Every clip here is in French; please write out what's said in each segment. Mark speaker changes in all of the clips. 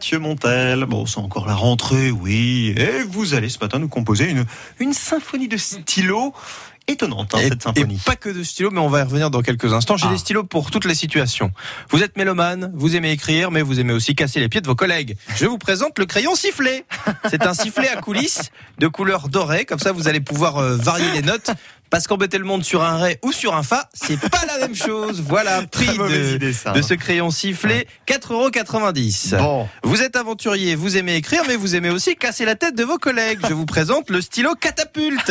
Speaker 1: Mathieu Montel. Bon, c'est encore la rentrée, oui. Et vous allez ce matin nous composer une, une symphonie de stylos étonnante, hein,
Speaker 2: et,
Speaker 1: cette symphonie.
Speaker 2: et pas que de stylos, mais on va y revenir dans quelques instants. J'ai
Speaker 1: Ah.
Speaker 2: des stylos pour toutes les situations. Vous êtes mélomane, vous aimez écrire, mais vous aimez aussi casser les pieds de vos collègues. Je vous présente le crayon sifflet. C'est un sifflet à coulisses de couleur dorée. Comme ça, vous allez pouvoir euh, varier les notes. Parce qu'embêter le monde sur un ré ou sur un fa, c'est pas la même chose. Voilà, prix
Speaker 1: Très mauvaise
Speaker 2: de,
Speaker 1: idée, ça.
Speaker 2: de
Speaker 1: hein.
Speaker 2: ce crayon sifflet, 4,90€.
Speaker 1: Bon,
Speaker 2: Vous êtes aventurier, vous aimez écrire, mais vous aimez aussi casser la tête de vos collègues. Je vous présente le stylo catapulte.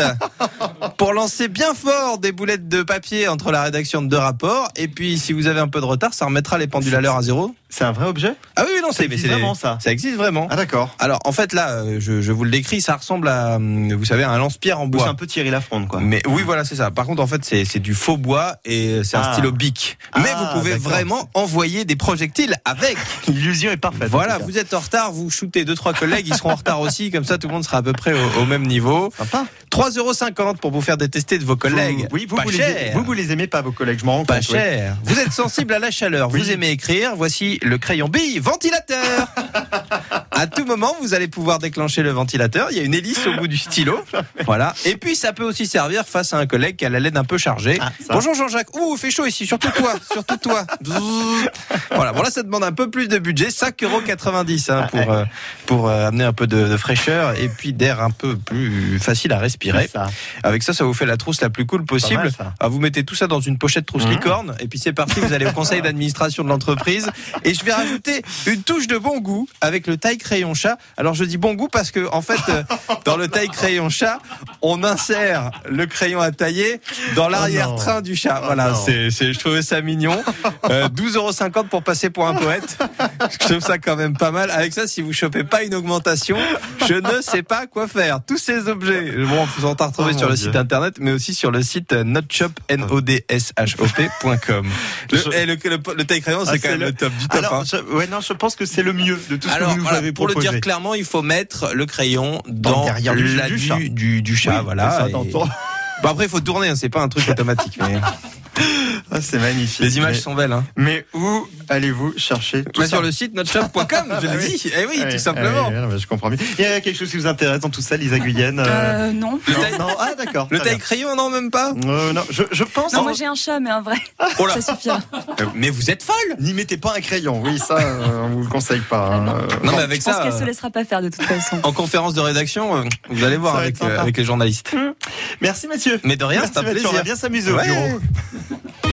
Speaker 2: Pour lancer bien fort des boulettes de papier entre la rédaction de deux rapports. Et puis, si vous avez un peu de retard, ça remettra les pendules à l'heure à zéro.
Speaker 1: c'est un vrai objet
Speaker 2: Ah oui, oui, non, c'est mais
Speaker 1: existe
Speaker 2: c'est des-
Speaker 1: vraiment ça.
Speaker 2: Ça existe vraiment.
Speaker 1: Ah d'accord.
Speaker 2: Alors, en fait, là, euh, je, je vous le décris, ça ressemble à, hum, vous savez, à un lance-pierre en
Speaker 1: Ou C'est un
Speaker 2: bois. Mm.
Speaker 1: peu Thierry Lafronde, quoi.
Speaker 2: Mais oui, voilà, c'est ça. Par contre, en fait, c'est c'est du faux bois et c'est un
Speaker 1: Ah.
Speaker 2: stylo bic. Mais
Speaker 1: Ah,
Speaker 2: vous pouvez
Speaker 1: d'accord.
Speaker 2: vraiment envoyer des projectiles avec.
Speaker 1: L'illusion est parfaite. en
Speaker 2: Voilà,
Speaker 1: tout cas.
Speaker 2: vous êtes en retard, vous shootez deux trois collègues, ils seront en retard aussi, comme ça tout le monde sera à peu près au, au même niveau.
Speaker 1: Sympa.
Speaker 2: 3,50€ pour vous faire détester de vos collègues.
Speaker 1: Vous- oui, vous,
Speaker 2: pas
Speaker 1: vous les,
Speaker 2: cher.
Speaker 1: vous, vous les aimez pas, vos collègues, je m'en rends
Speaker 2: pas
Speaker 1: compte. oui.
Speaker 2: cher. Vous êtes sensible à la chaleur, vous
Speaker 1: Oui.
Speaker 2: aimez écrire, voici le crayon bille ventilateur. à tout moment, vous allez pouvoir déclencher le ventilateur, il y a une hélice au bout du stylo. Voilà. Et puis ça peut aussi servir face à un collègue qui a la laine un peu chargée.
Speaker 1: Ah, ça.
Speaker 2: Bonjour Jean-Jacques. Ouh, fait chaud ici, surtout toi, surtout toi. Bzzz. voilà, bon là ça demande un peu plus de budget, 5,90€ hein,
Speaker 1: Ah,
Speaker 2: pour, euh, pour euh, amener un peu de, de fraîcheur et puis d'air un peu plus facile à respirer.
Speaker 1: C'est ça.
Speaker 2: Avec ça, ça vous fait la trousse la plus cool possible.
Speaker 1: Pas mal, ça.
Speaker 2: Ah, vous mettez tout ça dans une pochette trousse
Speaker 1: Mhm.
Speaker 2: licorne et puis c'est parti, vous allez au conseil d'administration de l'entreprise et je vais rajouter une touche de bon goût avec le taille crayon chat. Alors je dis bon goût parce que en fait euh, dans le taille crayon chat, on insère le crayon à tailler dans l'arrière-train du chat.
Speaker 1: Oh
Speaker 2: voilà,
Speaker 1: non.
Speaker 2: c'est c'est- je trouvais ça mignon. Euh, 12,50€ pour passer pour un poète. Je trouve ça quand même pas mal. Avec ça, si vous chopez pas une augmentation, je ne sais pas quoi faire. Tous ces objets, bon, vous en retrouver
Speaker 1: Oh
Speaker 2: sur
Speaker 1: mon
Speaker 2: le
Speaker 1: Dieu.
Speaker 2: site internet, mais aussi sur le site euh, notshop, nodshop.com. Le,
Speaker 1: Je-
Speaker 2: eh, le, le- le taille crayon, c'est
Speaker 1: Ah,
Speaker 2: quand
Speaker 1: c'est
Speaker 2: même le,
Speaker 1: le-
Speaker 2: top du top. hein.
Speaker 1: Alors, je, ouais, non, je pense que c'est le mieux de tout ce que
Speaker 2: Alors,
Speaker 1: vous nous
Speaker 2: voilà,
Speaker 1: avez
Speaker 2: pour le
Speaker 1: proposé.
Speaker 2: dire clairement, il faut mettre le crayon
Speaker 1: Dans
Speaker 2: dans,
Speaker 1: le derrière du-
Speaker 2: la
Speaker 1: du chat.
Speaker 2: du, du- du
Speaker 1: Oui,
Speaker 2: chat, ah, voilà.
Speaker 1: ça,
Speaker 2: et-
Speaker 1: t'entends.
Speaker 2: Bon, après, il faut tourner, hein, c'est pas un truc automatique. Mais...
Speaker 1: Ah, c'est magnifique.
Speaker 2: Les images
Speaker 1: Mais-
Speaker 2: sont belles. Hein.
Speaker 1: Mais où allez-vous chercher tout
Speaker 2: Bah,
Speaker 1: ça
Speaker 2: sur le site notshop.com, je
Speaker 1: Ah,
Speaker 2: le
Speaker 1: oui.
Speaker 2: dis. Eh oui,
Speaker 1: Ah
Speaker 2: tout
Speaker 1: oui,
Speaker 2: simplement.
Speaker 1: ah oui, ah oui, je comprends mieux. Il y a quelque chose qui vous intéresse dans tout ça, Lisa Guyenne euh,
Speaker 3: Euh, non.
Speaker 2: Le taille-
Speaker 1: Non, ah d'accord.
Speaker 2: Le
Speaker 1: très
Speaker 2: taille crayon, non, même pas.
Speaker 1: bien. Euh, non, je, je pense.
Speaker 3: Non,
Speaker 1: en-
Speaker 3: moi j'ai un chat, mais un vrai.
Speaker 2: Oh là.
Speaker 3: Ça suffira.
Speaker 2: Mais vous êtes folle
Speaker 1: N'y mettez pas un crayon, oui, ça, euh, on vous le conseille pas. hein.
Speaker 3: Non.
Speaker 1: Euh,
Speaker 2: Non, mais avec
Speaker 3: Je pense
Speaker 2: ça.
Speaker 3: qu'elle
Speaker 2: euh,
Speaker 3: se laissera pas faire de toute façon.
Speaker 2: En conférence de rédaction, euh, vous allez voir
Speaker 1: Ça va
Speaker 2: avec,
Speaker 1: être sympa.
Speaker 2: euh, avec les journalistes.
Speaker 1: Merci Mathieu.
Speaker 2: Mais de rien,
Speaker 1: Merci
Speaker 2: c'est un
Speaker 1: Mathieu,
Speaker 2: plaisir.
Speaker 1: on va bien s'amuser au
Speaker 2: Ouais.
Speaker 1: bureau.